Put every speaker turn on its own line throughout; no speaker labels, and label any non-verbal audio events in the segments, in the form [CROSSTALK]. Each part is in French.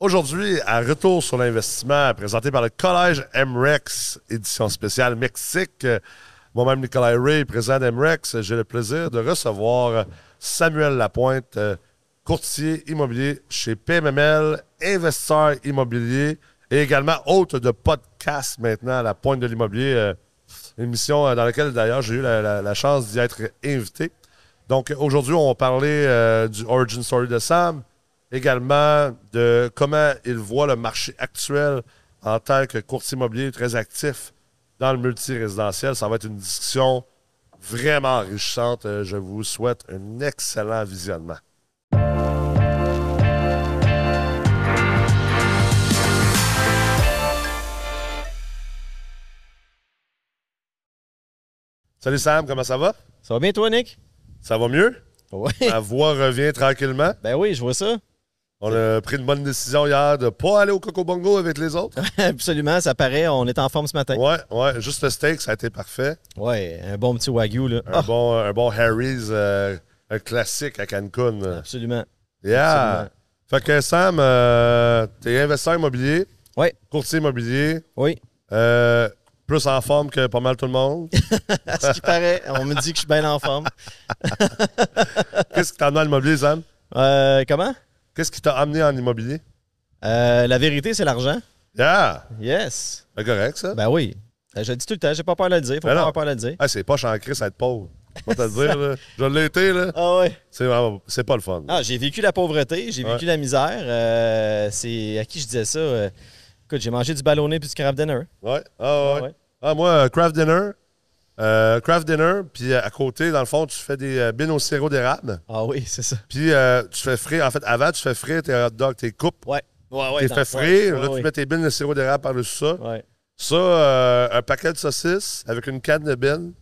Aujourd'hui, à Retour sur l'investissement, présenté par le Collège MREX, édition spéciale Mexique. Moi-même, Nicolas Ray, président d'MREX, j'ai le plaisir de recevoir Samuel Lapointe, euh, courtier immobilier chez PMML, investisseur immobilier et également hôte de podcast maintenant à la Pointe de l'immobilier, euh, une émission dans laquelle d'ailleurs j'ai eu la, la- la chance d'y être invité. Donc aujourd'hui, on va parler euh, du Origin Story de Sam, également de comment il voit le marché actuel en tant que courtier immobilier très actif dans le multirésidentiel. Ça va être une discussion vraiment enrichissante. Euh, Je vous souhaite un excellent visionnement. Salut Sam, comment ça va?
Ça va bien, toi, Nick?
Ça va mieux?
Oui.
Ma voix revient tranquillement.
[LAUGHS] Ben oui, je vois ça.
On a pris une bonne décision hier de pas aller au Coco Bongo avec les autres.
[LAUGHS] Absolument, ça paraît. On est en forme ce matin.
Ouais, ouais, juste le steak, ça a été parfait.
Ouais, un bon petit wagyu, là.
Un,
Ah,
bon, un bon Harry's, euh, un classique à
hein.
Cancun.
Ah, absolument.
Yeah!
absolument.
Fait que Sam, euh, t'es investisseur immobilier,
Ouais.
courtier immobilier,
Oui,
euh, plus en forme que pas mal tout le
[LAUGHS]
monde.
à [LAUGHS] ce qui paraît, on me dit que je suis bien en forme.
Qu'est-ce qui t'a amené en immobilier, Sam?
Euh, comment?
Qu'est-ce qui t'a amené en immobilier?
Euh, la vérité, c'est l'argent.
Yeah!
Yes.
C'est correct, ça?
Ben oui. Euh, Je le dis tout le temps, j'ai pas peur de le dire. Faut
Ben
pas
non.
avoir peur de le dire.
Ah, c'est poche en crise à être pauvre. Moi, te le dire, là. Je l'ai été, là.
Ah ouais.
C'est vraiment- c'est pas le fun.
Ah, j'ai vécu la pauvreté, j'ai vécu la misère. Euh, c'est à qui je disais ça? Euh, écoute, j'ai mangé du ballonné puis du crab dinner.
Ouais. Ah, ouais.
Ah ouais.
Ah, moi, euh, craft dinner. euh, craft dinner, puis euh, à côté, dans le fond, tu fais des euh, bines au sirop d'érable.
Ah oui, c'est ça.
Puis euh, tu fais frire. En fait, avant, tu fais frire tes hot dogs, tes coupes.
Ouais. Ouais, ouais.
Tu les
dans-
fais frire.
ouais,
là,
ouais,
tu mets tes bines de sirop d'érable par-dessus ça.
ouais.
Ça, euh, un paquet de saucisses avec une canne de bines,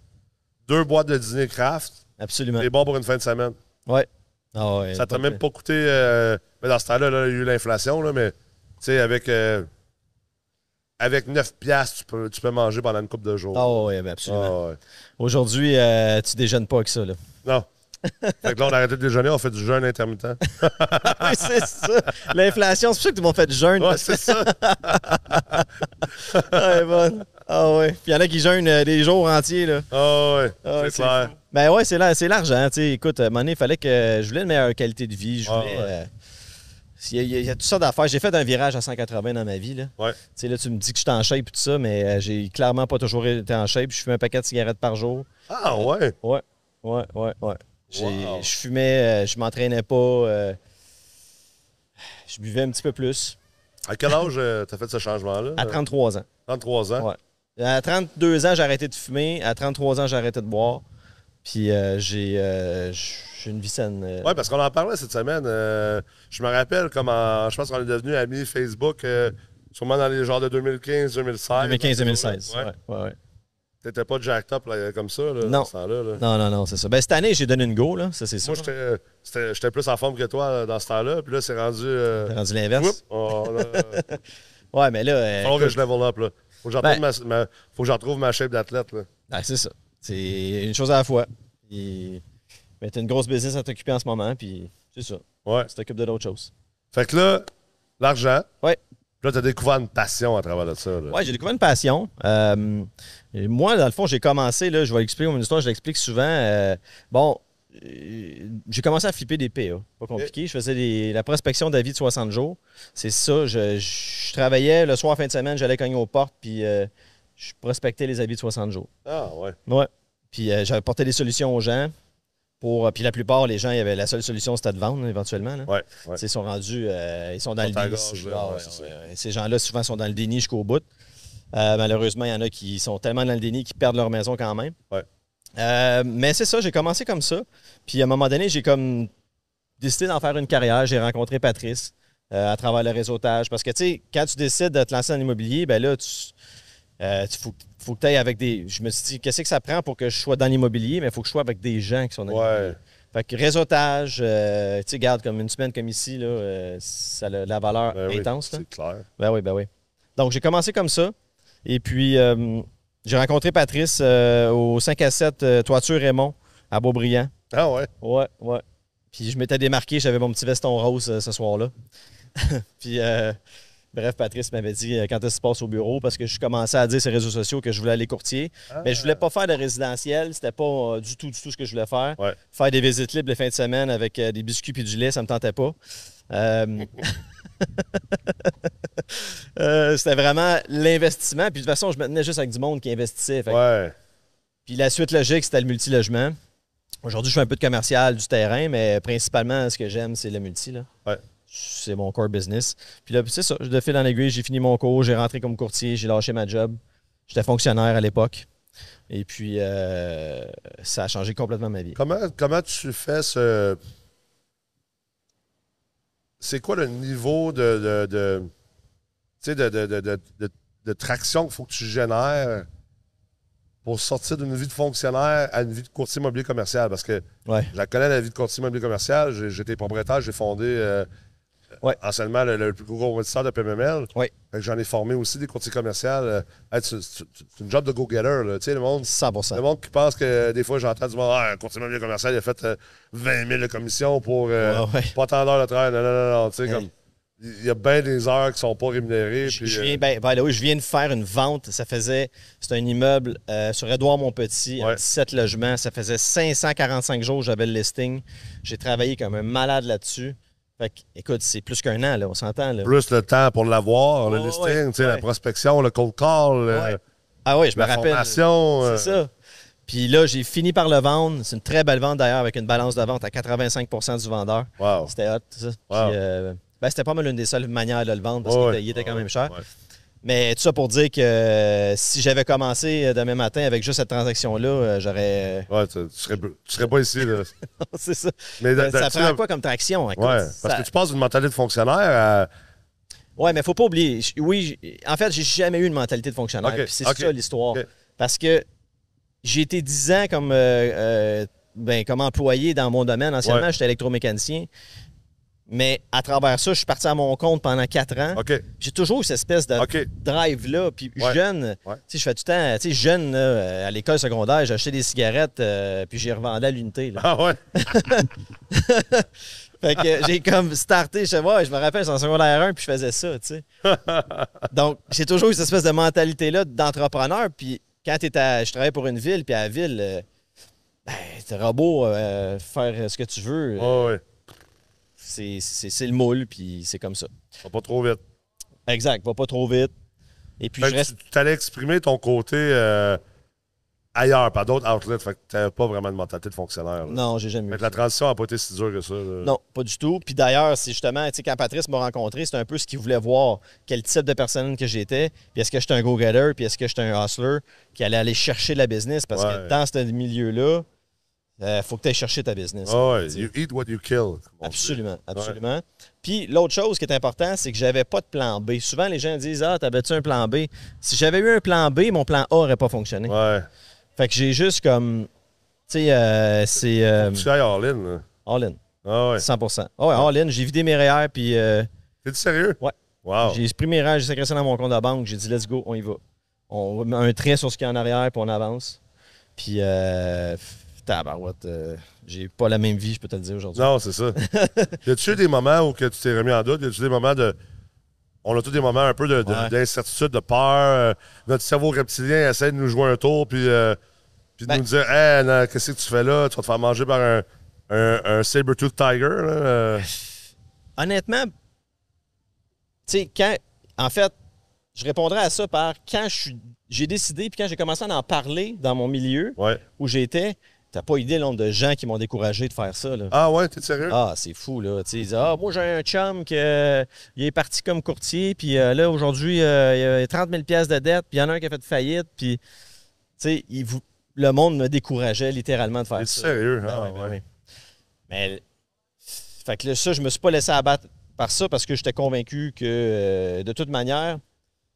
deux boîtes de dîner craft.
Absolument.
C'est bon pour une fin de semaine.
Ouais. Ah ouais.
Ça t'a
pas
même
fait.
pas coûté. euh, mais dans ce temps-là, là, il y a eu l'inflation, là, mais tu sais, avec, euh, avec 9 piastres, tu peux, tu peux manger pendant une coupe de jours.
Ah ouais, ben absolument.
Ah, ouais.
Aujourd'hui, euh, tu déjeunes pas
[LAUGHS]
avec ça, là.
Non. fait que là, on a arrêté de déjeuner, on fait du jeûne intermittent.
[LAUGHS] oui, c'est ça. L'inflation, c'est pour ça que tout le monde fait du jeûne.
Ouais, c'est ça.
Ah, bon. Ah ouais. Puis il y en a qui jeûnent euh, des jours entiers, là.
Ah ouais,
Ah,
c'est clair.
fou. Ben ouais, c'est, la- c'est l'argent, tu sais. Écoute, à un moment donné, il fallait que je voulais une meilleure qualité de vie. Je
Ah,
voulais.
ouais.
euh, il y, a- il y a- il y a toutes sortes d'affaires. J'ai fait un virage à 180 dans ma vie. Là.
Ouais.
Tu sais, là, tu me dis que je suis en shape et tout ça, mais euh, j'ai clairement pas toujours été en shape. Je fume un paquet de cigarettes par jour.
Ah ouais.
Ouais, ouais, ouais, ouais. J'ai-
Wow.
Je fumais, euh, je m'entraînais pas. euh, je buvais un petit peu plus.
À quel âge euh, t'as fait ce changement-là?
À 33 ans.
33 ans.
Ouais. À 32 ans, j'ai arrêté de fumer. À 33 ans, j'ai arrêté de boire. Puis euh, j'ai euh, j'ai une vie saine. euh.
Oui, parce qu'on en parlait cette semaine. euh, je me rappelle comment. Je pense qu'on est devenus amis Facebook, euh, sûrement dans les genres de 2015-2016.
2015-2016.
Ouais.
Ouais, ouais, ouais.
T'étais pas jacked up là, comme ça, là,
Non.
dans ce temps-là. là.
Non, non, non, c'est ça. Ben, cette année, j'ai donné une go, là. Ça, c'est sûr.
Moi, j'étais- euh, c'était- j'étais plus en forme que toi là, dans ce temps-là. Puis là, c'est rendu. euh, Oh,
T'as rendu
whoop,
l'inverse.
on a-
Ouais, mais là. euh,
Faut que je level up, là. Faut que j'en
Ben-
trouve ma- ma- faut que j'en trouve ma shape d'athlète, là.
Ah, c'est ça. C'est une chose à la fois. Puis, mais t'as une grosse business à t'occuper en ce moment, puis c'est ça.
Ouais.
Tu t'occupes de d'autres choses.
Fait que là, l'argent.
Ouais.
Puis là, t'as découvert une passion à travers de ça, là.
Ouais, j'ai découvert une passion. Euh, et moi, dans le fond, j'ai commencé, là, je vais expliquer mon histoire, je l'explique souvent. euh, bon, euh, j'ai commencé à flipper des PA. Pas compliqué. Je faisais des- la prospection d'avis de 60 jours. C'est ça. Je, je travaillais le soir, fin de semaine, j'allais cogner aux portes, puis euh, je prospectais les avis de 60 jours.
Ah, ouais.
Ouais. Puis euh, j'apportais des solutions aux gens. Pour, euh, puis la plupart, les gens, il y avait, la seule solution, c'était de vendre, là, éventuellement. là.
Ouais. ouais.
Tu sais, Ils sont rendus, euh, ils sont dans
Ils
le
sont à
déni.
gorge, là,
Ah,
ouais,
ouais, c'est
ouais.
ça. Et Ces gens-là, souvent, sont dans le déni jusqu'au bout. Euh, malheureusement, il y en a qui sont tellement dans le déni qu'ils perdent leur maison quand même.
Ouais.
Euh, mais c'est ça, j'ai commencé comme ça. Puis à un moment donné, j'ai comme décidé d'en faire une carrière. J'ai rencontré Patrice euh, à travers le réseautage. Parce que, tu sais, quand tu décides de te lancer dans l'immobilier, ben là, tu. euh, tu- faut, faut que tu ailles avec des. Je me suis dit, qu'est-ce que ça prend pour que je sois dans l'immobilier? Mais il faut que je sois avec des gens qui sont dans l'immobilier.
Ouais.
Fait que réseautage, euh, tu sais, garde comme une semaine comme ici, là, euh, ça a de la valeur
Ben oui,
intense. là.
C'est clair.
Ben oui, ben oui. Donc, j'ai commencé comme ça. Et puis, euh, j'ai rencontré Patrice euh, au 5 à 7 euh, Toiture Raymond à Beaubriand.
Ah, ouais.
Ouais, ouais. Puis, je m'étais démarqué, j'avais mon petit veston rose euh, ce soir-là. [LAUGHS] puis, euh, bref, Patrice m'avait dit euh, quand est-ce que tu passes au bureau parce que je commençais à dire sur les réseaux sociaux que je voulais aller courtier. Mais je voulais pas faire de résidentiel. C'était pas euh, du tout, du tout ce que je voulais faire.
Ouais.
Faire des visites libres les fins de semaine avec euh, des biscuits puis du lait, ça me tentait pas. Euh, [LAUGHS] euh, c'était vraiment l'investissement. Puis de toute façon, je me tenais juste avec du monde qui investissait. Fait que
Ouais.
puis la suite logique, c'était le multilogement. Aujourd'hui, je fais un peu de commercial, du terrain, mais principalement, ce que j'aime, c'est le multi. là.
Ouais.
C'est mon core business. Puis là, c'est ça, de fil en aiguille, j'ai fini mon cours, j'ai rentré comme courtier, j'ai lâché ma job. J'étais fonctionnaire à l'époque. Et puis, euh, ça a changé complètement ma vie.
Comment, comment tu fais ce. C'est quoi le niveau de. de, de tu sais, de, de, de, de, de- de traction qu'il faut que tu génères pour sortir d'une vie de fonctionnaire à une vie de courtier immobilier commercial? Parce que
Ouais.
je la connais, la vie de courtier immobilier commercial. J'ai- J'étais propriétaire, j'ai fondé. euh,
Ouais.
Anciennement, le, le plus gros compétiteur de PMML.
Ouais.
Fait que J'en ai formé aussi des courtiers commerciaux. euh, hey, c'est c'est- c'est une job de go-getter. là. Tu sais, le monde,
100
le monde qui pense que euh, des fois, j'entends du monde, ah, un courtier immobilier commercial, il a fait euh, 20 000 de commissions pour euh,
Ouais, ouais.
pas tant d'heures de travail. Non, non, non, non. Tu sais,
Ouais.
comme, il y a bien des heures qui sont pas rémunérées.
Je,
puis,
je
euh,
viens, ben, by the way, je viens de faire une vente. Ça faisait, c'est un immeuble euh, sur Édouard Montpetit,
Ouais.
17 logements. Ça faisait 545 jours que j'avais le listing. J'ai travaillé comme un malade là-dessus. Fait que, écoute, c'est plus qu'un an, là, on s'entend. Là.
euh, plus le temps pour l'avoir, le
Ouais,
listing,
ouais,
tu sais, la
ouais.
prospection, le cold call, euh,
Ouais. Ah oui, je me
la
rappelle.
formation. euh,
C'est ça. Puis là, j'ai fini par le vendre. C'est une très belle vente d'ailleurs, avec une balance de vente à 85 du vendeur.
wow.
C'était hot, ça. Puis,
Wow.
euh, ben, c'était pas mal une des seules manières de le vendre parce
Ouais,
qu'il était, il était quand
ouais,
même cher.
ouais.
Mais tout ça pour dire que euh, si j'avais commencé euh, demain matin avec juste cette transaction-là, euh, j'aurais.
Ouais, tu, tu serais, tu serais pas ici. là.
[LAUGHS]
[LAUGHS]
c'est ça.
Mais de- de-
ça
tu
prend
sais,
quoi comme traction? écoute?
Ouais,
Ça-
parce que tu passes d'une mentalité de
[LAUGHS]
fonctionnaire
Ouais, mais faut pas oublier. j- Oui, j- en fait, j'ai jamais eu une mentalité de fonctionnaire.
Ok,
puis c'est
ok,
ça l'histoire.
ok.
Parce que j'ai été 10 ans comme, euh, euh, ben, comme employé dans mon domaine. Anciennement,
Ouais.
j'étais électromécanicien. Mais à travers ça, je suis parti à mon compte pendant 4 ans.
à. OK,
J'ai toujours eu cette espèce de
OK. [LAUGHS]
drive-là. Puis
Ouais.
jeune,
Ouais.
tu sais, je fais tout le temps, tu sais, jeune, là, euh, à l'école secondaire, j'achetais des cigarettes, euh, puis j'y revendais à
[LAUGHS]
l'unité. là.
Ah ouais.
Fait que euh, j'ai comme starté, je sais pas, je me rappelle, j'étais en secondaire 1, puis je faisais ça,
[LAUGHS]
tu sais. Donc, j'ai toujours eu cette espèce de mentalité-là d'entrepreneur, puis quand t'es à, je travaillais pour une ville, puis à la ville, euh, ben, t'es robot, euh, faire ce que tu veux, euh,
Ouais, ouais.
c'est- c'est c'est le moule, puis c'est comme ça.
Va pas trop vite.
Exact, va pas trop vite. Et puis,
Fait
je
que
reste...
tu- Tu allais exprimer ton côté euh, ailleurs, par d'autres outlets. Fait que t'avais pas vraiment de mentalité de fonctionnaire. là.
Non, j'ai jamais eu
Fait que la transition n'a pas été si dure que ça. là.
Mm. Non, pas du tout. Puis d'ailleurs, c'est justement, tu sais, quand Patrice m'a rencontré, c'est un peu ce qu'il voulait voir, quel type de personne que j'étais, puis est-ce que j'étais un go-getter, puis est-ce que j'étais un hustler qui allait aller chercher la business, parce
Ouais.
que dans ce milieu-là, il faut que tu ailles chercher ta business.
Ah ouais, you eat what you kill. comme on dit.
Absolument, absolument. Puis l'autre chose qui est importante, c'est que j'avais pas de plan B. Souvent, les gens disent Ah, t'avais-tu un plan B Si j'avais eu un plan B, mon plan A aurait pas fonctionné.
Ouais.
Fait que j'ai juste comme. Tu sais, euh, c'est. euh,
Tu es all-in. là.
all-in,
Ah ouais.
100%. Ah ouais, all-in, j'ai vidé mes REER, puis. euh,
T'es-tu sérieux?
Ouais.
Wow.
J'ai pris mes rangs, j'ai sécrété ça dans mon compte de banque. J'ai dit, let's go, on y va. On met un trait sur ce qui est en arrière, puis on avance. Puis, euh, tabarouette, euh, j'ai pas la même vie, je peux te le dire aujourd'hui.
Non, c'est
[LAUGHS]
ça. y a-tu eu des moments où que tu t'es remis en doute? Y a-tu des moments de. On a tous des moments un peu de- de-
Ouais.
d'incertitude, de, peur. Euh, Notre cerveau reptilien essaie de nous jouer un tour, puis, euh, puis de
Ben-
nous dire Hey, non, qu'est-ce que tu fais là? Tu vas te faire manger par un, un, un saber-tooth tiger. là. Euh,
Honnêtement, tu sais, quand. En fait, je répondrai à ça par quand je suis- j'ai décidé, puis quand j'ai commencé à en parler dans mon milieu
Ouais.
où j'étais, t'as pas idée le nombre de gens qui m'ont découragé de faire ça. Là.
Ah ouais, t'es sérieux?
Ah, c'est fou, là. Tu sais, ils disent, ah, moi, j'ai un chum qui euh, il est parti comme courtier, puis euh, là, aujourd'hui, euh, il a 30 000 pièces de dette, puis il y en a un qui a fait faillite, puis, tu sais, il vous- le monde me décourageait littéralement de faire
T'es
ça.
sérieux?
Ben
Ah
ouais, ben
ouais.
oui. Mais, fait que là, ça, je me suis pas laissé abattre par ça parce que j'étais convaincu que, euh, de toute manière,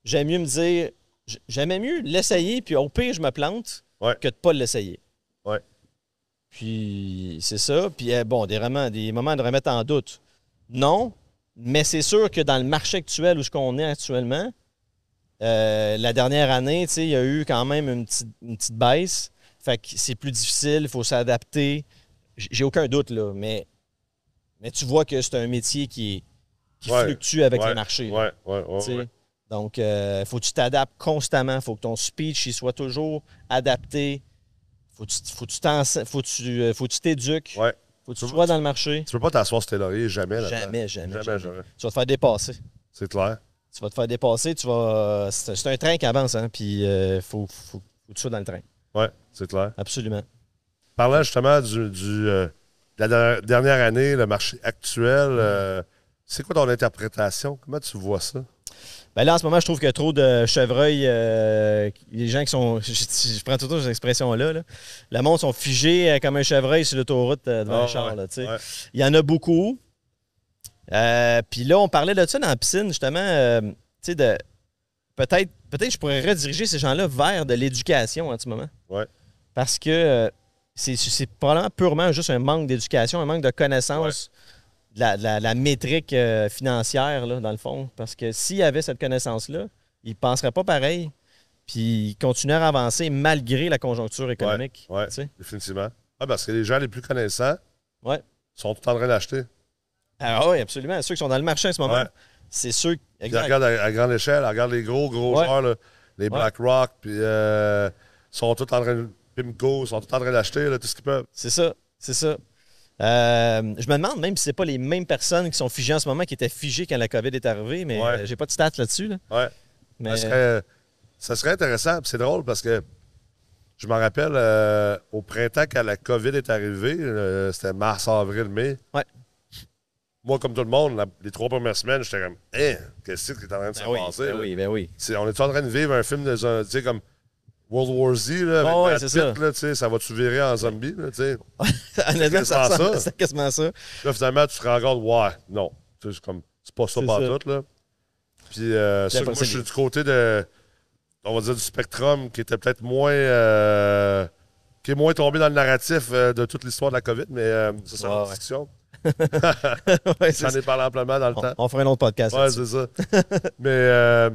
j'aime mieux me dire, j- j'aimais mieux l'essayer, puis au pire, je me plante,
Ouais.
que de pas l'essayer.
Ouais.
Puis, c'est ça. Puis, euh, bon, des, vraiment, des moments de remettre en doute. Non, mais c'est sûr que dans le marché actuel où ce qu'on est actuellement, euh, la dernière année, tu sais, il y a eu quand même une petite, une petite baisse. Fait que c'est plus difficile, il faut s'adapter. J- J'ai aucun doute, là, mais, mais tu vois que c'est un métier qui est qui
Ouais.
fluctue avec
Ouais.
le marché. là.
Ouais, ouais, ouais,
T'sais.
ouais.
Donc, il faut que tu t'adaptes constamment. faut que ton speech il soit toujours adapté. faut que tu- faut que tu t'en- faut que tu euh, faut que tu t'éduques.
Ouais.
faut que tu sois dans le marché.
Tu peux pas t'asseoir sur tes lauriers jamais là-dedans.
Jamais, jamais,
Jamais,
jamais.
jamais.
Tu vas te faire dépasser.
C'est clair.
Tu vas te faire dépasser. Tu vas. euh, C'est c'est un train qui avance, hein. Puis, il faut, faut, faut que tu sois dans le train.
Ouais, c'est clair.
Absolument.
Parlant justement du, du, euh, de la der- dernière année, le marché actuel, euh, c'est quoi ton interprétation? Comment tu vois ça?
Ben là, en ce moment, je trouve qu'il y a trop de chevreuils. euh, les gens qui sont. [LAUGHS] Je, je prends tout le temps cette expression-là. Là. Le monde sont figés euh, comme un chevreuil sur l'autoroute euh, devant
Ah,
le char.
ouais,
là, tu sais.
ouais.
Il y en a beaucoup. Euh, Puis là, on parlait de ça dans la piscine, justement. euh, tu sais, de. Peut-être peut-être que je pourrais rediriger ces gens-là vers de l'éducation en ce moment.
Ouais.
Parce que euh, c'est- c'est probablement purement juste un manque d'éducation, un manque de connaissances de la, de la- de la métrique euh, financière, là, dans le fond. Parce que s'il avait cette connaissance-là, il ne penserait pas pareil. Puis il continuerait à avancer malgré la conjoncture économique.
ouais.
tu sais.
Définitivement. Ah, parce que les gens les plus connaissants
Ouais.
sont tout en train d'acheter.
Ah oui, absolument. Ceux qui sont dans le marché en ce moment,
Ouais.
c'est ceux.
Ils
Exact.
regardent à, à grande échelle, ils regardent les gros, gros
Ouais.
joueurs, là, les BlackRock, puis euh, sont tous en train de. Pimco, sont tous en train d'acheter là, tout ce qu'ils peuvent.
C'est ça. C'est ça. Euh, je me demande même si c'est pas les mêmes personnes qui sont figées en ce moment qui étaient figées quand la COVID est arrivée, mais
Ouais.
euh, j'ai pas de stats là-dessus. là.
Ouais.
Mais
Ça serait, ça serait intéressant. puis C'est drôle parce que je m'en rappelle euh, au printemps quand la COVID est arrivée, euh, c'était mars, avril, mai.
Ouais.
Moi, comme tout le monde, la- les trois premières semaines, j'étais comme Hein, qu'est-ce qui est en train de se
Ben oui,
passer?
ben
là?
oui, ben oui.
C'est- on est en train de vivre un film dans un. Tu sais, comme World War Z, là, avec
Ah ouais,
Brad
c'est
Pitt,
ça.
là, tu sais, ça va-tu virer en zombie? Là, tu sais?
[LAUGHS] Honnêtement, ça
quasiment ça.
ressemble- c'est quasiment ça.
Là, finalement, tu te rends compte, ouais, non. Tu sais, C'est comme, c'est pas ça
C'est
pas
ça.
tout, là. Puis, euh, c'est sûr que moi, je suis du côté de, on va dire, du spectrum qui était peut-être moins, euh, qui est moins tombé dans le narratif euh, de toute l'histoire de la COVID, mais euh, ça, c'est une
Ouais,
autre
ouais.
discussion.
Ouais, c'est
J'en
ça.
ai parlé amplement dans le
on,
temps.
on fera un autre podcast.
Ouais, c'est ça. [LAUGHS] mais euh,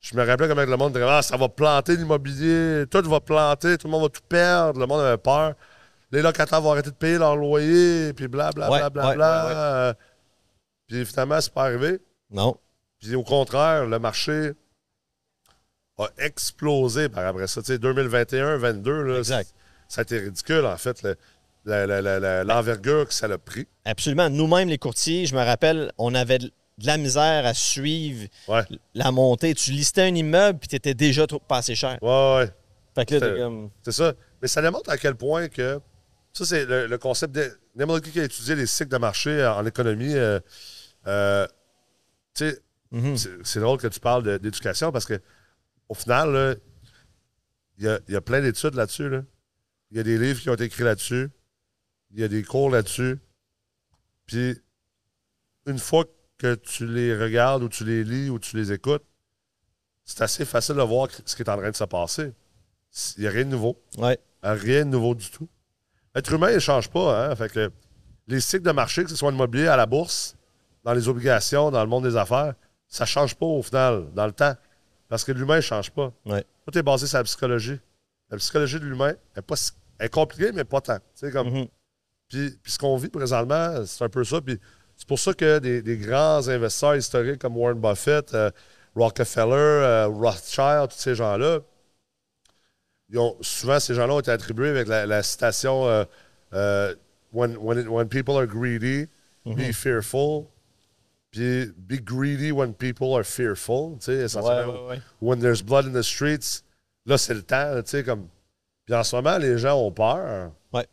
je me rappelais comment le monde disait Ah, ça va planter l'immobilier, tout va planter, tout le monde va tout perdre, le monde avait peur. Les locataires vont arrêter de payer leur loyer, puis blablabla. Bla,
Ouais,
bla,
ouais,
bla.
ouais, ouais.
Euh, Puis finalement, c'est pas arrivé.
Non.
Puis au contraire, le marché a explosé par après ça. Tu sais, 2021, 2022, là,
Exact.
c- ça a été ridicule, en fait, le- la- la- la- la- l'envergure que ça a pris.
Absolument. Nous-mêmes, les courtiers, je me rappelle, on avait de la misère à suivre
Ouais,
la montée. Tu listais un immeuble puis tu étais déjà trop passé cher.
ouais, ouais.
Fait que là,
C'était-
t'es comme.
C'est ça. Mais ça démontre à quel point que. Ça, c'est le, le concept. de- N'importe qui qui a étudié les cycles de marché en économie. euh, euh, tu sais,
Mhm.
c'est- c'est drôle que tu parles de- d'éducation parce que, au final, là, il y a, il y a plein d'études là-dessus. là. Il y a des livres qui ont été écrits là-dessus. Il y a des cours là-dessus. Puis, une fois que tu les regardes ou tu les lis ou tu les écoutes, c'est assez facile de voir ce qui est en train de se passer. Il n'y a rien de nouveau.
Ouais.
Rien de nouveau du tout. L'être humain, il ne change pas. hein. Fait que les cycles de marché, que ce soit en immobilier, à la bourse, dans les obligations, dans le monde des affaires, ça ne change pas au final, dans le temps. Parce que l'humain ne change pas.
Ouais.
Tout est basé sur la psychologie. La psychologie de l'humain elle est, pas si- elle est compliquée, mais pas tant. Tu sais, comme,
Mhm.
puis, puis ce qu'on vit présentement, c'est un peu ça. Puis c'est pour ça que des, des grands investisseurs historiques comme Warren Buffett, euh, Rockefeller, euh, Rothschild, tous ces gens-là, ils ont- souvent ces gens-là ont été attribués avec la, la citation euh, euh, when, when it- when people are greedy,
Mhm.
be fearful. Puis be greedy when people are fearful. Tu sais, essentiellement,
ouais, ouais.
When there's blood in the streets, là, c'est le temps. Tu sais, comme... Puis en ce moment, les gens ont peur
Ouais.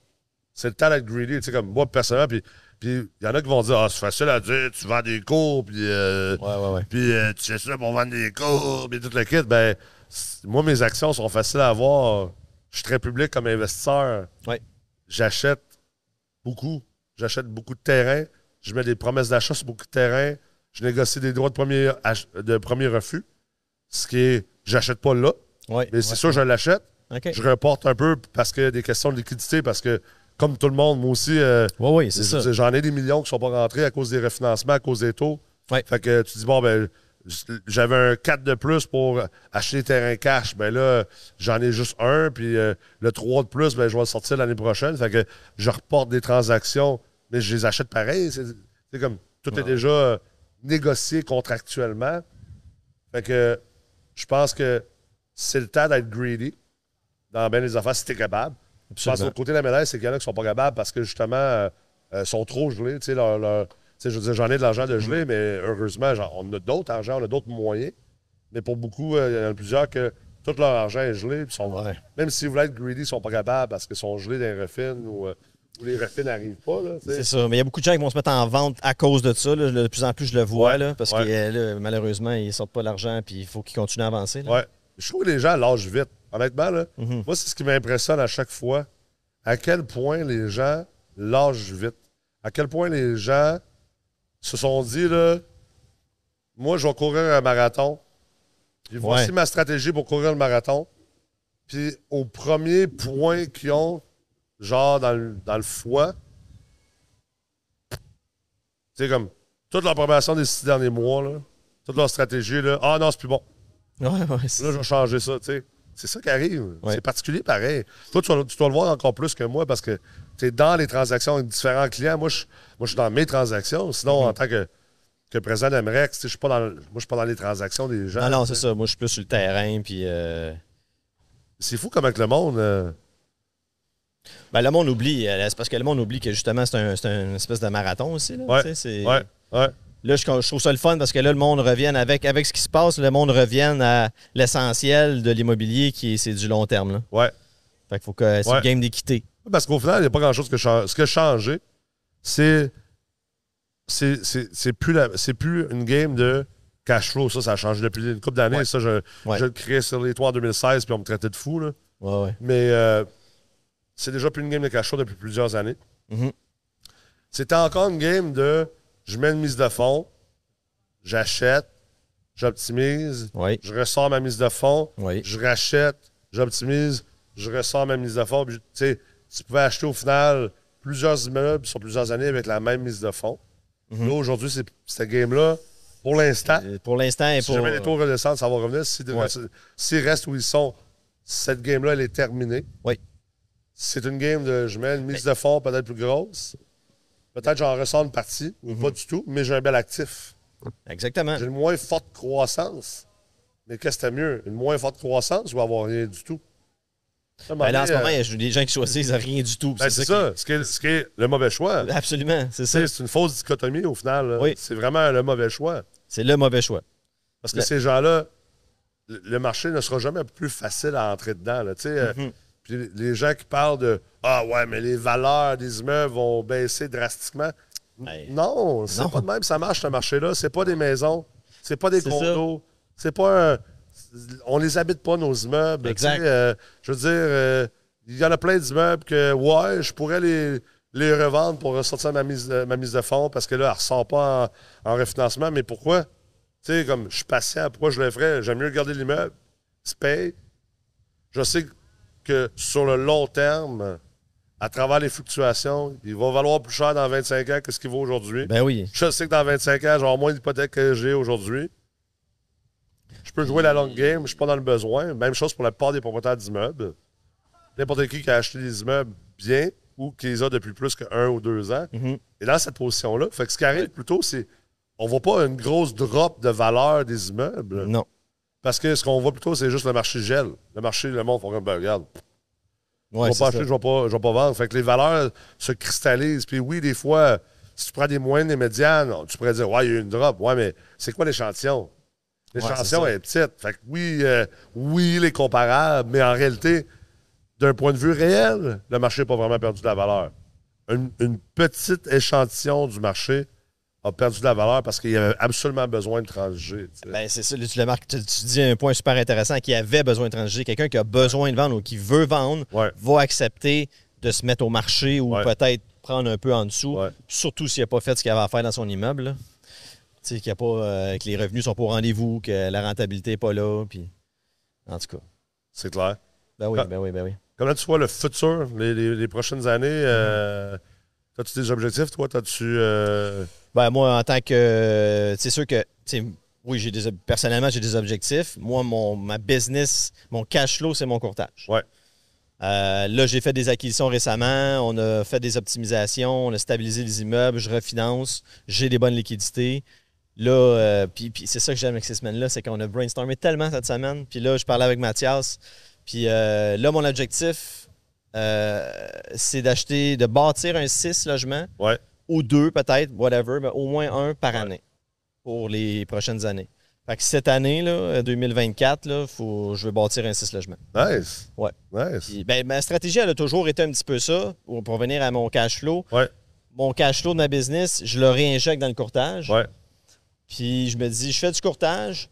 c'est le temps d'être greedy. Tu sais, comme moi, personnellement, puis puis il y en a qui vont dire, ah, c'est facile à dire, tu vends des cours, puis euh,
Ouais, ouais, ouais.
puis, euh, tu fais ça pour vendre des cours, puis tout le kit. Ben, c'est- moi, mes actions sont faciles à voir. Je suis très public comme investisseur.
Ouais.
J'achète beaucoup. J'achète beaucoup de terrain. Je mets des promesses d'achat sur beaucoup de terrain. Je négocie des droits de premier, ach- de premier refus. Ce qui est, j'achète pas là,
Ouais.
mais c'est sûr, je l'achète.
OK.
Je reporte un peu parce que des questions de liquidité, parce que comme tout le monde, moi aussi, euh,
Ouais, ouais, c'est ça.
j'en ai des millions qui ne sont pas rentrés à cause des refinancements, à cause des taux.
Ouais.
Fait que tu dis, bon, ben, j'avais un 4 de plus pour acheter des terrains cash. Ben là, j'en ai juste un, puis euh, le 3 de plus, ben, je vais le sortir l'année prochaine. Fait que je reporte des transactions, mais je les achète pareil. C'est c'est comme, tout est déjà euh, négocier contractuellement. Fait que je pense que c'est le temps d'être greedy dans bien les affaires si t'es capable. Je pense que l'autre côté de la médaille, c'est qu'il y en a qui sont pas capables parce que justement, euh, euh, sont trop gelés. Tu sais, leur- leur- tu sais, je veux dire, j'en ai de l'argent de
Mm.
gelé, mais heureusement, j'en- on a d'autres argents, on a d'autres moyens. Mais pour beaucoup, euh, il y en a plusieurs que tout leur argent est gelé. puis sont,
Ouais.
Même s'ils voulaient être greedy, ils sont pas capables parce qu'ils sont gelés d'un refin ou, euh, ou les refins n'arrivent pas. Là, tu sais.
C'est ça. Mais il y a beaucoup de gens qui vont se mettre en vente à cause de ça. là. De plus en plus, je le vois,
Ouais.
là, parce
Ouais.
que euh, là, malheureusement, ils sortent pas l'argent puis il faut qu'ils continuent à avancer. là. Mhm.
Ouais. Je trouve que les gens lâchent vite. Honnêtement, là, moi, c'est ce qui m'impressionne à chaque fois. À quel point les gens lâchent vite. À quel point les gens se sont dit, là, moi, je vais courir un marathon. Puis voici
Ouais.
ma stratégie pour courir le marathon. Puis au premier point qu'ils ont, genre dans le, dans le foie, c'est comme toute leur programmation des six derniers mois, là, toute leur stratégie, là, ah non, c'est plus bon.
Ouais, ouais, c'est-
Là, je vais changer ça, tu sais. C'est ça qui arrive.
Ouais.
C'est particulier pareil. Toi, tu, vas- tu dois le voir encore plus que moi parce que tu es dans les transactions avec différents clients. Moi, je, moi, je suis dans mes transactions. Sinon,
Mhm.
en tant que, que président d'Amrex, E tu sais, je suis pas dans le- moi, je suis pas dans les transactions des gens.
Non, non, c'est ça. Moi, je suis plus sur le terrain. Puis, euh,
C'est fou comment que le monde. euh,
ben, le monde oublie. euh, C'est parce que le monde oublie que justement, c'est un, c'est un espèce de marathon aussi. Là,
Ouais.
Tu sais, c'est-
Ouais, ouais.
Là, je, je trouve ça le fun parce que là, le monde revienne avec, avec ce qui se passe, le monde revienne à l'essentiel de l'immobilier qui est, c'est du long terme. Là.
Ouais.
Fait qu'il faut que c'est
Ouais.
une game d'équité.
Parce qu'au final, il n'y a pas grand-chose que change. Ce qui a changé, c'est. C'est c'est- c'est plus, la- c'est plus une game de cash flow. Ça, ça a changé depuis une couple d'années.
Ouais.
Ça, je,
Ouais.
je le créais sur les toits en 2016, puis on me traitait de fou. Là.
Ouais, ouais.
Mais euh, c'est déjà plus une game de cachot depuis plusieurs années.
Mhm.
C'était encore une game de je mets une mise de fond, j'achète, j'optimise,
Ouais.
je ressors ma mise de fond,
Oui.
je rachète, j'optimise, je ressors ma mise de fond. Puis, tu sais, tu pouvais acheter au final plusieurs immeubles sur plusieurs années avec la même mise de fond. Là, aujourd'hui, c'est- cette game-là, pour l'instant,
Euh, Pour l'instant, et
si
pour.
jamais les taux redescendent, ça va revenir. Si- S'ils
Ouais.
restent où ils sont, cette game-là, elle est terminée.
Oui.
C'est une game de je mets une mise de fond peut-être plus grosse. Peut-être j'en ressors une partie,
Mhm.
ou pas du tout, mais j'ai un bel actif.
Exactement.
J'ai une moins forte croissance. Mais qu'est-ce que c'était mieux? Une moins forte croissance ou avoir rien du tout? Ça, à un moment
Ben, là, en ce
donné,
moment,
euh,
il y a des gens qui choisissent rien du tout.
ben, c'est ça. Ce, qui est, ce qui est le mauvais choix.
[LAUGHS] qui- Absolument. C'est ça.
C'est c'est une fausse dichotomie au final. là.
Oui.
C'est vraiment le mauvais choix.
C'est le mauvais choix.
Parce que
Le-
ces gens-là, le- le marché ne sera jamais plus facile à entrer dedans. là, tu sais, euh,
Mhm.
Puis les gens qui parlent de Ah ouais, mais les valeurs des immeubles vont baisser drastiquement. N-
Hey.
Non, c'est
Ben, Non.
pas de même, ça marche ce marché-là. C'est pas des maisons, c'est pas des
C'est
condos, c'est pas un. On les habite pas, nos immeubles.
Exact.
tu sais, euh, je veux dire, euh, il y en a plein d'immeubles que ouais, je pourrais les, les revendre pour ressortir ma mise, de- ma mise de fonds parce que là, elle ne ressort pas en- en refinancement. Mais pourquoi? Tu sais, comme je suis patient, pourquoi je le ferais? J'aime mieux garder l'immeuble, il se paye. Je sais que sur le long terme, à travers les fluctuations, il va valoir plus cher dans 25 ans que ce qu'il vaut aujourd'hui.
Ben oui.
Je sais que dans 25 ans, je vais avoir moins d'hypothèques que j'ai aujourd'hui. Je peux jouer la longue game, je suis pas dans le besoin. Même chose pour la part des propriétaires d'immeubles. N'importe qui qui a acheté des immeubles bien ou qui les a depuis plus qu'un ou deux ans
Mhm.
est dans cette position-là. Fait que ce qui arrive plutôt, c'est on voit pas une grosse drop de valeur des immeubles.
Non.
Parce que ce qu'on voit plutôt, c'est juste le marché gel. Le marché, le monde font comme ben, regarde,
Ouais,
je
c'est
vais pas
ça.
acheter, je vais pas, je vais pas vendre. Fait que les valeurs se cristallisent. Puis oui, des fois, si tu prends des moyennes et médianes, tu pourrais dire, ouais, il y a eu une drop. Ouais, mais c'est quoi l'échantillon? L'échantillon
Ouais,
est, petite. Fait que oui, euh, oui, il est comparable, mais en réalité, d'un point de vue réel, le marché n'a pas vraiment perdu de la valeur. Une, une petite échantillon du marché a perdu de la valeur parce qu'il y avait absolument besoin de transiger. tu sais.
Ben, c'est ça, là, tu, le marques, tu, tu dis un point super intéressant qui avait besoin de transiger. Quelqu'un qui a besoin de vendre ou qui veut vendre
Ouais.
va accepter de se mettre au marché ou
Ouais.
peut-être prendre un peu en dessous,
Ouais.
surtout s'il n'a pas fait ce qu'il avait à faire dans son immeuble. là. Tu sais, qu'il y a pas, euh, que les revenus sont pas au rendez-vous, que la rentabilité n'est pas là. Puis... En tout cas.
C'est clair.
Ben oui,
Ah.
ben oui, ben oui.
Comment tu vois le futur, les, les- les prochaines années? euh, T'as-tu des objectifs, toi? T'as-tu. euh,
Ben, moi, en tant que. euh, C'est sûr que. tu sais, Oui, j'ai des, ob- personnellement, j'ai des objectifs. Moi, mon, ma business, mon cash flow, c'est mon courtage.
Ouais.
Euh, là, j'ai fait des acquisitions récemment. On a fait des optimisations. On a stabilisé les immeubles. Je refinance. J'ai des bonnes liquidités. Là, euh, puis, puis c'est ça que j'aime avec ces semaines-là, c'est qu'on a brainstormé tellement cette semaine. Puis là, je parlais avec Mathias. Puis euh, là, mon objectif, euh, c'est d'acheter, de bâtir un 6 logements,
Ouais.
ou deux peut-être, whatever, mais au moins un par année pour les prochaines années. Fait que cette année, là, euh, 2024, là, faut, je vais bâtir un 6 logements.
Nice.
Ouais.
Nice.
Puis, ben, ma stratégie, elle a toujours été un petit peu ça, pour pour revenir à mon cash flow.
Ouais.
Mon cash flow de ma business, je le réinjecte dans le courtage.
Ouais.
Puis je me dis, je fais du courtage,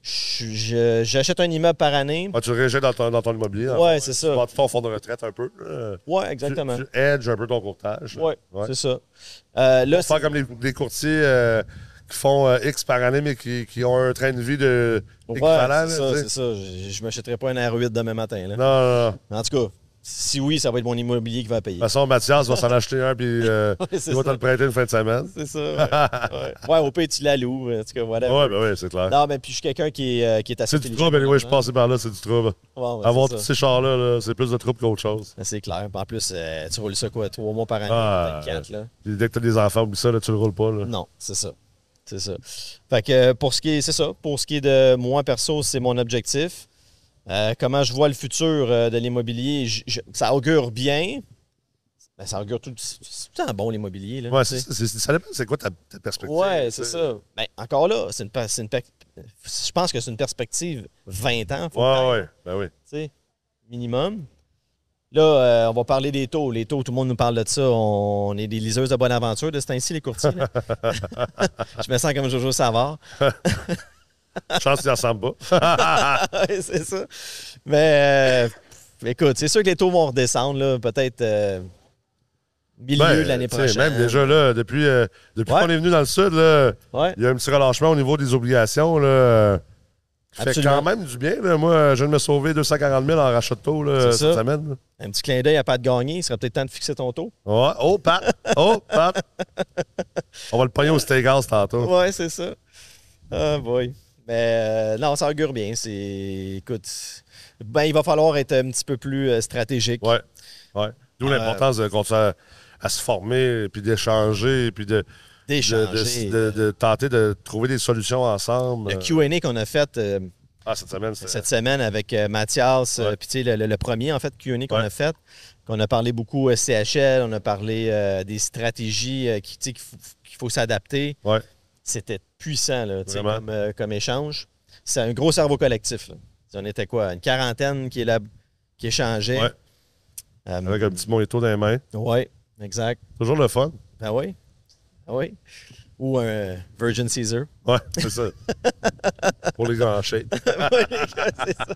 je- je- j'achète un immeuble par année.
Ah, tu le rejettes dans ton, dans ton immobilier. dans le
Ouais,
fond.
c'est ça.
Tu vas te faire un fonds de retraite un peu. là.
Ouais,
Tu-
exactement.
Tu, edges un peu ton courtage. là.
Ouais,
Ouais.
c'est ça. Euh, là, c'est-
Faire comme les, les courtiers euh, qui font euh, X par année, mais qui, qui ont un train de vie de
ouais,
équivalent.
c'est
là,
ça,
tu sais.
c'est ça. Je, je m'achèterai pas un R8 demain matin. Là.
non, non, non. De
Mais En tout cas, si oui, ça va être mon immobilier qui va payer.
toute façon, Mathias va s'en acheter un, puis euh,
[LAUGHS] Ouais, c'est
il va te
ça.
le prêter une fin de semaine.
C'est ça. Ouais, ouais. [LAUGHS] Ouais, au pire, tu la loues. En tout cas, whatever.
Oui, ben oui, c'est clair.
Non, mais puis je suis quelqu'un qui, est, euh, qui est assez
C'est du
intelligent.
trouble, anyway, ben, je
hein.
suis passé par là, c'est du trouble.
Bon, ouais,
Avoir
c'est
tous
ça.
ces chars-là, là, c'est plus de trouble qu'autre chose.
Ben, C'est clair. Puis En plus, euh, tu roules ça quoi, trois mois par année,
Ah,
peut-être quatre, là.
Puis dès que t'as des enfants, oublie ça, là, tu le roules pas. Là.
Non, c'est ça. C'est ça. Fait que euh, pour ce qui est, c'est ça. Pour ce qui est de moi perso, c'est mon objectif. Euh, comment je vois le futur euh, de l'immobilier, je- je- ça augure bien. Ben, ça augure tout, c'est tout le temps bon l'immobilier. là,
Ouais,
tu
c'est,
sais.
c'est- ça dépend, c'est quoi ta, ta perspective.
Ouais,
tu
c'est
sais.
ça. Ben, encore là, c'est une, per- c'est une per- je pense que c'est une perspective 20 ans, faut
Ouais, ouais, ben oui.
[LAUGHS] tu sais, minimum. Là, euh, on va parler des taux. Les taux, tout le monde nous parle de ça. On est des liseuses de bonne aventure. de C'est ainsi les courtiers. là.
[LAUGHS]
Je me sens comme Jojo Savard.
Chance qu'il en ressemble pas.
[LAUGHS] Ouais, c'est ça. Mais euh, écoute, c'est sûr que les taux vont redescendre, là, peut-être euh, milieu
Ben,
de l'année
tu sais,
prochaine.
Même déjà, là, depuis, euh, depuis
Ouais.
qu'on est venu dans le Sud, là,
Ouais.
il y a un petit relâchement au niveau des obligations. Là, euh, qui fait
Absolument.
quand même du bien. là. Moi, je viens de me sauver 240 000 en rachat de taux là,
C'est
cette
ça.
semaine. là.
Un petit clin d'œil à Pat Gagné. Il serait peut-être temps de fixer ton taux.
Ouais. Oh, Pat! Oh,
[LAUGHS]
Pat! On va le pogner au steakhouse tantôt.
Ouais, c'est ça. Ah, boy. Mais euh, non, ça augure bien. C'est, écoute, ben, il va falloir être un petit peu plus euh, stratégique.
Ouais. ouais. D'où
Euh,
l'importance de continuer à, à se former, puis d'échanger, puis de, de,
d'échanger.
de- de- de tenter de trouver des solutions ensemble.
Le Q&A qu'on a fait euh,
Ah, cette semaine, c'était-
cette semaine avec euh, Mathias, euh,
Ouais.
puis tu sais, le, le- le premier en fait Q&A qu'on
Ouais.
a fait, qu'on a parlé beaucoup euh, CHL, on a parlé euh, des stratégies euh, qui, tu sais, qu'il faut, qu'il faut s'adapter.
Ouais.
C'était puissant là, tu sais,
Vraiment.
comme, euh, comme échange. C'est un gros cerveau collectif. là. Tu sais, On était quoi, une quarantaine qui, est là, qui échangeait.
Ouais.
Euh,
avec un petit monito dans les mains.
ouais, exact.
Toujours le fun.
Ben oui, Ben oui. Ou un
[LAUGHS]
Virgin Caesar.
Ouais, c'est
[LAUGHS]
ça. Pour les gars en shape.
Ouais, les gars, c'est ça.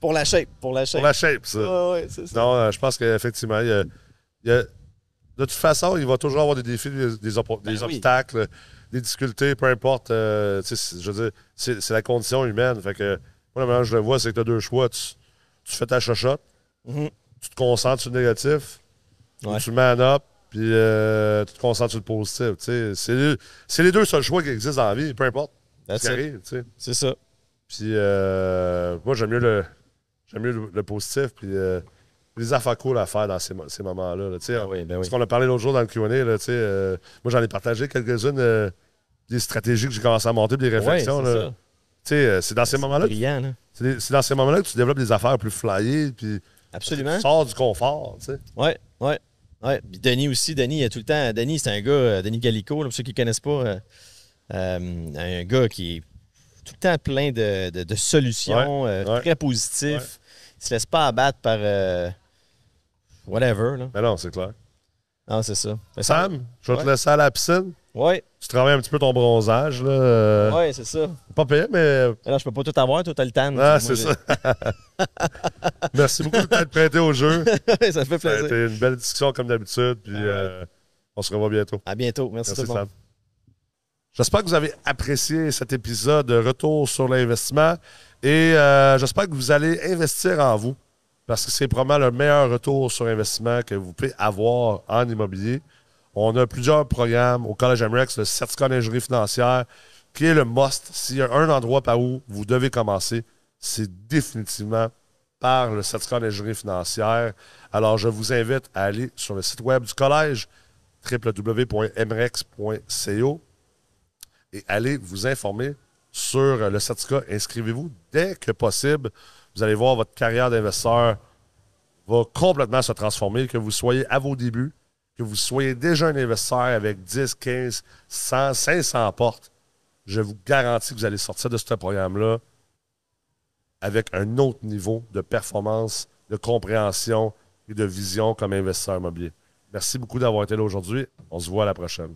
Pour la shape, pour la shape.
Pour la shape, ça.
Ouais, ouais, c'est ça.
Non, euh, je pense qu'effectivement, il y a- il y a- de toute façon, il va toujours avoir des défis, des, des oppo- des
Ben oui.
obstacles, des difficultés, peu importe. euh, tu sais, c'est- je veux dire, c'est c'est la condition humaine. Fait que, moi, la manière dont je le vois, c'est que tu as deux choix. Tu, tu fais ta chochotte,
Mhm.
tu te concentres sur le négatif, ou
Ouais.
tu man up, puis euh, tu te concentres sur le positif. tu sais. C'est les- c'est les deux seuls choix qui existent dans la vie, peu importe ce
That's
qui
it.
arrive. tu sais.
C'est ça.
Puis euh, moi, j'aime mieux le, j'aime mieux le, le positif. Puis euh, les affaires cool à faire dans ces, mo- ces moments-là. là, tu sais.
Ah oui, ben oui.
Ce qu'on a parlé l'autre jour dans le QA, là, tu sais, euh, moi, j'en ai partagé quelques-unes euh, des stratégies que j'ai commencé à monter, puis des réflexions.
Ouais, c'est
là.
ça.
Tu sais, euh, c'est dans ces moments-là que-
Brillant, là.
c'est des- c'est dans ces moments-là que tu développes des affaires plus flyées, puis
Absolument.
tu sors du confort. tu sais.
Ouais, ouais. Ouais. Puis Denis aussi, Denis, il y a tout le temps. Denis, c'est un gars, euh, Denis Gallico, là, pour ceux qui ne connaissent pas, euh, euh, un gars qui est tout le temps plein de, de- de solutions, euh,
ouais.
très positif.
Ouais.
Il se laisse pas abattre par euh, whatever. Là.
Mais non, c'est clair.
Non, c'est ça. Mais ça-
Sam, je vais te
Ouais.
laisser à la piscine.
Ouais,
Tu travailles un petit peu ton bronzage. Là. euh,
ouais, c'est ça.
Pas payé, mais euh,
Alors, je peux pas tout avoir, tout à le temps.
Ah,
Moi,
c'est
j'ai-
ça. [LAUGHS] Merci beaucoup d'être prêté au jeu.
[LAUGHS] ça fait
Ça a
plaisir.
été Ben, une belle discussion comme d'habitude. Puis euh, on se revoit bientôt.
À bientôt. Merci, tout
Merci,
le monde.
Sam. J'espère que vous avez apprécié cet épisode de Retour sur l'investissement et euh, j'espère que vous allez investir en vous parce que c'est probablement le meilleur retour sur investissement que vous pouvez avoir en immobilier. On a plusieurs programmes au Collège MREX, le certificat d'ingénierie financière, qui est le must. S'il y a un endroit par où vous devez commencer, c'est définitivement par le certificat d'ingénierie financière. Alors, je vous invite à aller sur le site web du collège www.mrex.co et allez vous informer sur le certificat. Inscrivez-vous dès que possible. Vous allez voir votre carrière d'investisseur va complètement se transformer, que vous soyez à vos débuts, que vous soyez déjà un investisseur avec 10, 15, 100, 500 portes. Je vous garantis que vous allez sortir de ce programme-là avec un autre niveau de performance, de compréhension et de vision comme investisseur immobilier. Merci beaucoup d'avoir été là aujourd'hui. On se voit à la prochaine.